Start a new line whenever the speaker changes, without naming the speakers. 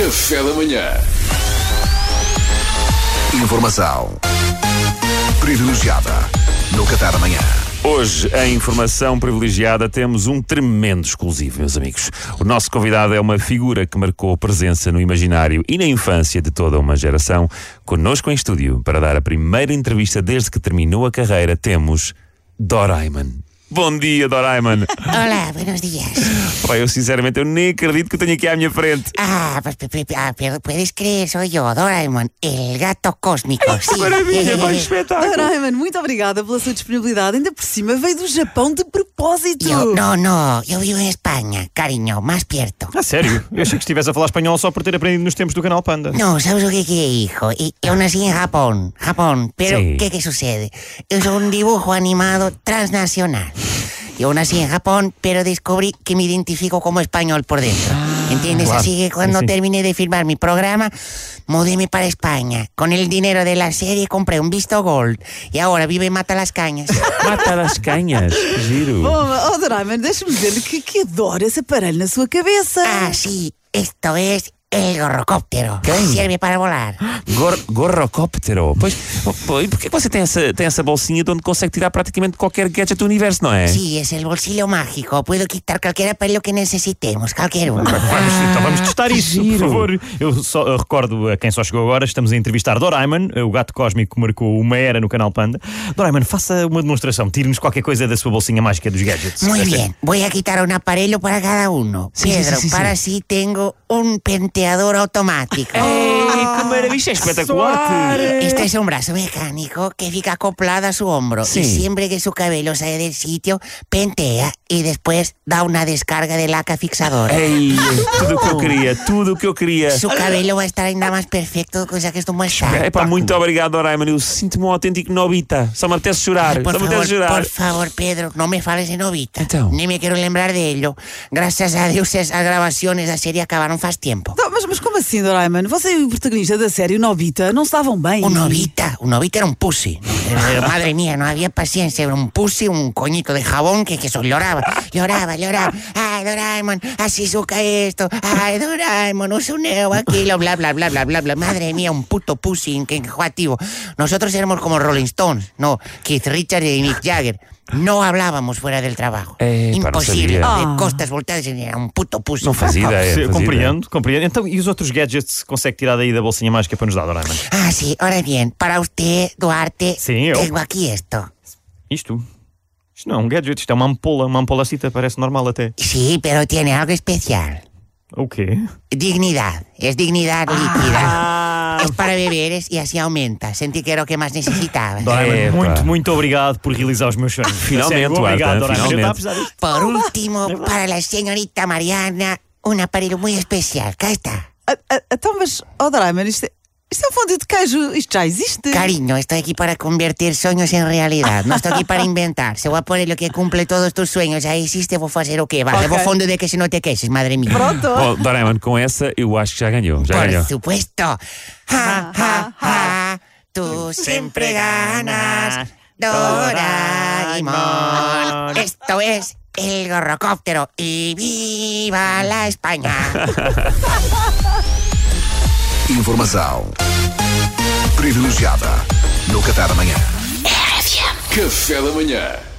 Café da manhã.
Informação privilegiada no Qatar amanhã.
Hoje, em informação privilegiada, temos um tremendo exclusivo, meus amigos. O nosso convidado é uma figura que marcou presença no imaginário e na infância de toda uma geração. Conosco em estúdio, para dar a primeira entrevista desde que terminou a carreira, temos Doraemon. Bom dia, Doraemon.
Olá, buenos días.
Pai, eu sinceramente eu nem acredito que eu tenho aqui à minha frente.
Ah, pues, pe- pe- ah, pero puedes creer, soy yo, Doraemon, el gato cósmico. sí.
Maravilha, vai
Ah,
espetáculo.
Doraemon, muito obrigada pela sua disponibilidade. Ainda por cima veio do Japão de propósito.
Yo- no, no, yo vivo en España, cariño, más cierto.
Ah, sério? Eu achei que estivesse a falar espanhol só por ter aprendido nos tempos do Canal Panda.
No, ¿sabes lo que quiere, hijo? Y yo nací en Japón, Japón, pero
Sí.
¿qué, ¿qué sucede? Es un dibujo animado transnacional. Yo nací en Japón, pero descubrí que me identifico como español por dentro. ¿Entiendes?
claro.
Así que cuando
Ah, Sí, sí.
terminé de filmar mi programa, mudéme para España. Con el dinero de la serie compré un visto gold y ahora vive y mata las cañas.
Mata das canhas. Giro.
Bom, oh Doraemon, deixa-me dizer que, que adoro esse aparelho na sua cabeça.
ah, sí, esto es el gorrocóptero. Sirve para volar.
Gor gorrocóptero. Pois, pô, e porquê que você tem essa, tem essa bolsinha de onde consegue tirar praticamente qualquer gadget do universo, não é?
Sí, es el bolsillo mágico. Puedo quitar cualquier apelo que necesitemos, cualquier uno.
Vamos,
Ah,
então vamos testar isso,
giro.
por favor. Eu só eu recordo a quem só chegou agora, estamos a entrevistar Doraemon, o gato cósmico que marcou uma era no Canal Panda. Doraemon, faça uma demonstração, tire-nos qualquer coisa da sua bolsinha mágica dos gadgets.
Muy bien, voy a quitar un aparelho para cada uno.
Este. Sí, sí,
Pedro,
sí, sí,
para sí tengo un penteador automático.
Eh.
Ah,
Ei, que maravilha, isto é espetacular!
Este es un brazo mecánico que fica acoplado a su hombro
Sí.
y siempre que su cabello sale del sitio, pentea y después da una descarga de laca fixadora.
Ei, tudo o que eu queria, tudo o que eu queria.
Su cabello va a estar ainda más perfecto, cosa que esto muestra.
Epá, muito obrigado, Doraemon. Eu sinto-me um autêntico novita. Só me apetece chorar.
Por
Só me apetece
favor,
chorar.
por favor, Pedro, no me fales de novita.
Então.
Ni me quiero lembrar de ello. Gracias a Dios esas grabaciones la serie acabaron faz tiempo.
Então, mas, mas como assim, Doraemon? Você e o protagonista da série, o Nobita, não estavam bem?
Un novita, un novita era un pussy. Pero, Madre mía, no había paciencia. Era un pussy, un coñito de jabón que, que eso, lloraba, lloraba, lloraba. Ay, Doraemon, así suca esto. Ay, Doraemon, usa un neo aquí, lo bla, bla, bla, bla, bla, bla. Madre mía, un puto pussy, que enjuativo. Nosotros éramos como Rolling Stones, no, Keith Richards y Mick Jagger. No hablábamos fuera del trabajo.
Eh, para, no
Imposible.
sabía.
De costas voltadas era un puto pussy.
Não faz
Ah,
ideia.
eu
faz
compreendo, compreendo. Então, e os outros gadgets que consegue tirar daí da bolsinha mágica para nos dar, Doraemon?
Ah, sí, ahora bien, para usted, Duarte,
Sí,
oh.
yo.
tengo aquí esto.
Isto? Isto não é um gadget, isto é uma ampola, uma ampolacita, parece normal até.
Sí, pero tiene algo especial.
O quê?
Dignidad. Es dignidad líquida. Es para beberes y así aumenta. Sentí que era lo que más necesitaba.
Doraemon,
Epa.
É, muito, muito obrigado por realizar os meus sonhos.
Finalmente,
Sério,
Arthur,
obrigado, Doraemon. Eu estava a
finalmente.
precisar disto.
Por último, para la señorita Mariana, un aparelho muy especial. Acá está.
Ah, ah, Então, mas, oh Doraemon, isto, é- isto é um fondue de queijo, isto já existe.
Cariño, estoy aquí para convertir sueños en realidad. No estoy aquí para inventar. Se va a poner lo que cumple todos tus sueños. Ahí hiciste, vos hacer o qué. Vale,
Ok.
vos fondo de que si no te quejes, madre mía.
Pronto.
Bom, Doraemon, com essa eu acho que já ganhou. Já
Por
ganhou.
supuesto. Ja, ja, ja. Tú siempre ganas, Doraemon. Esto es el gorrocóptero y viva la España.
Informação privilegiada no Qatar amanhã.
Café da manhã.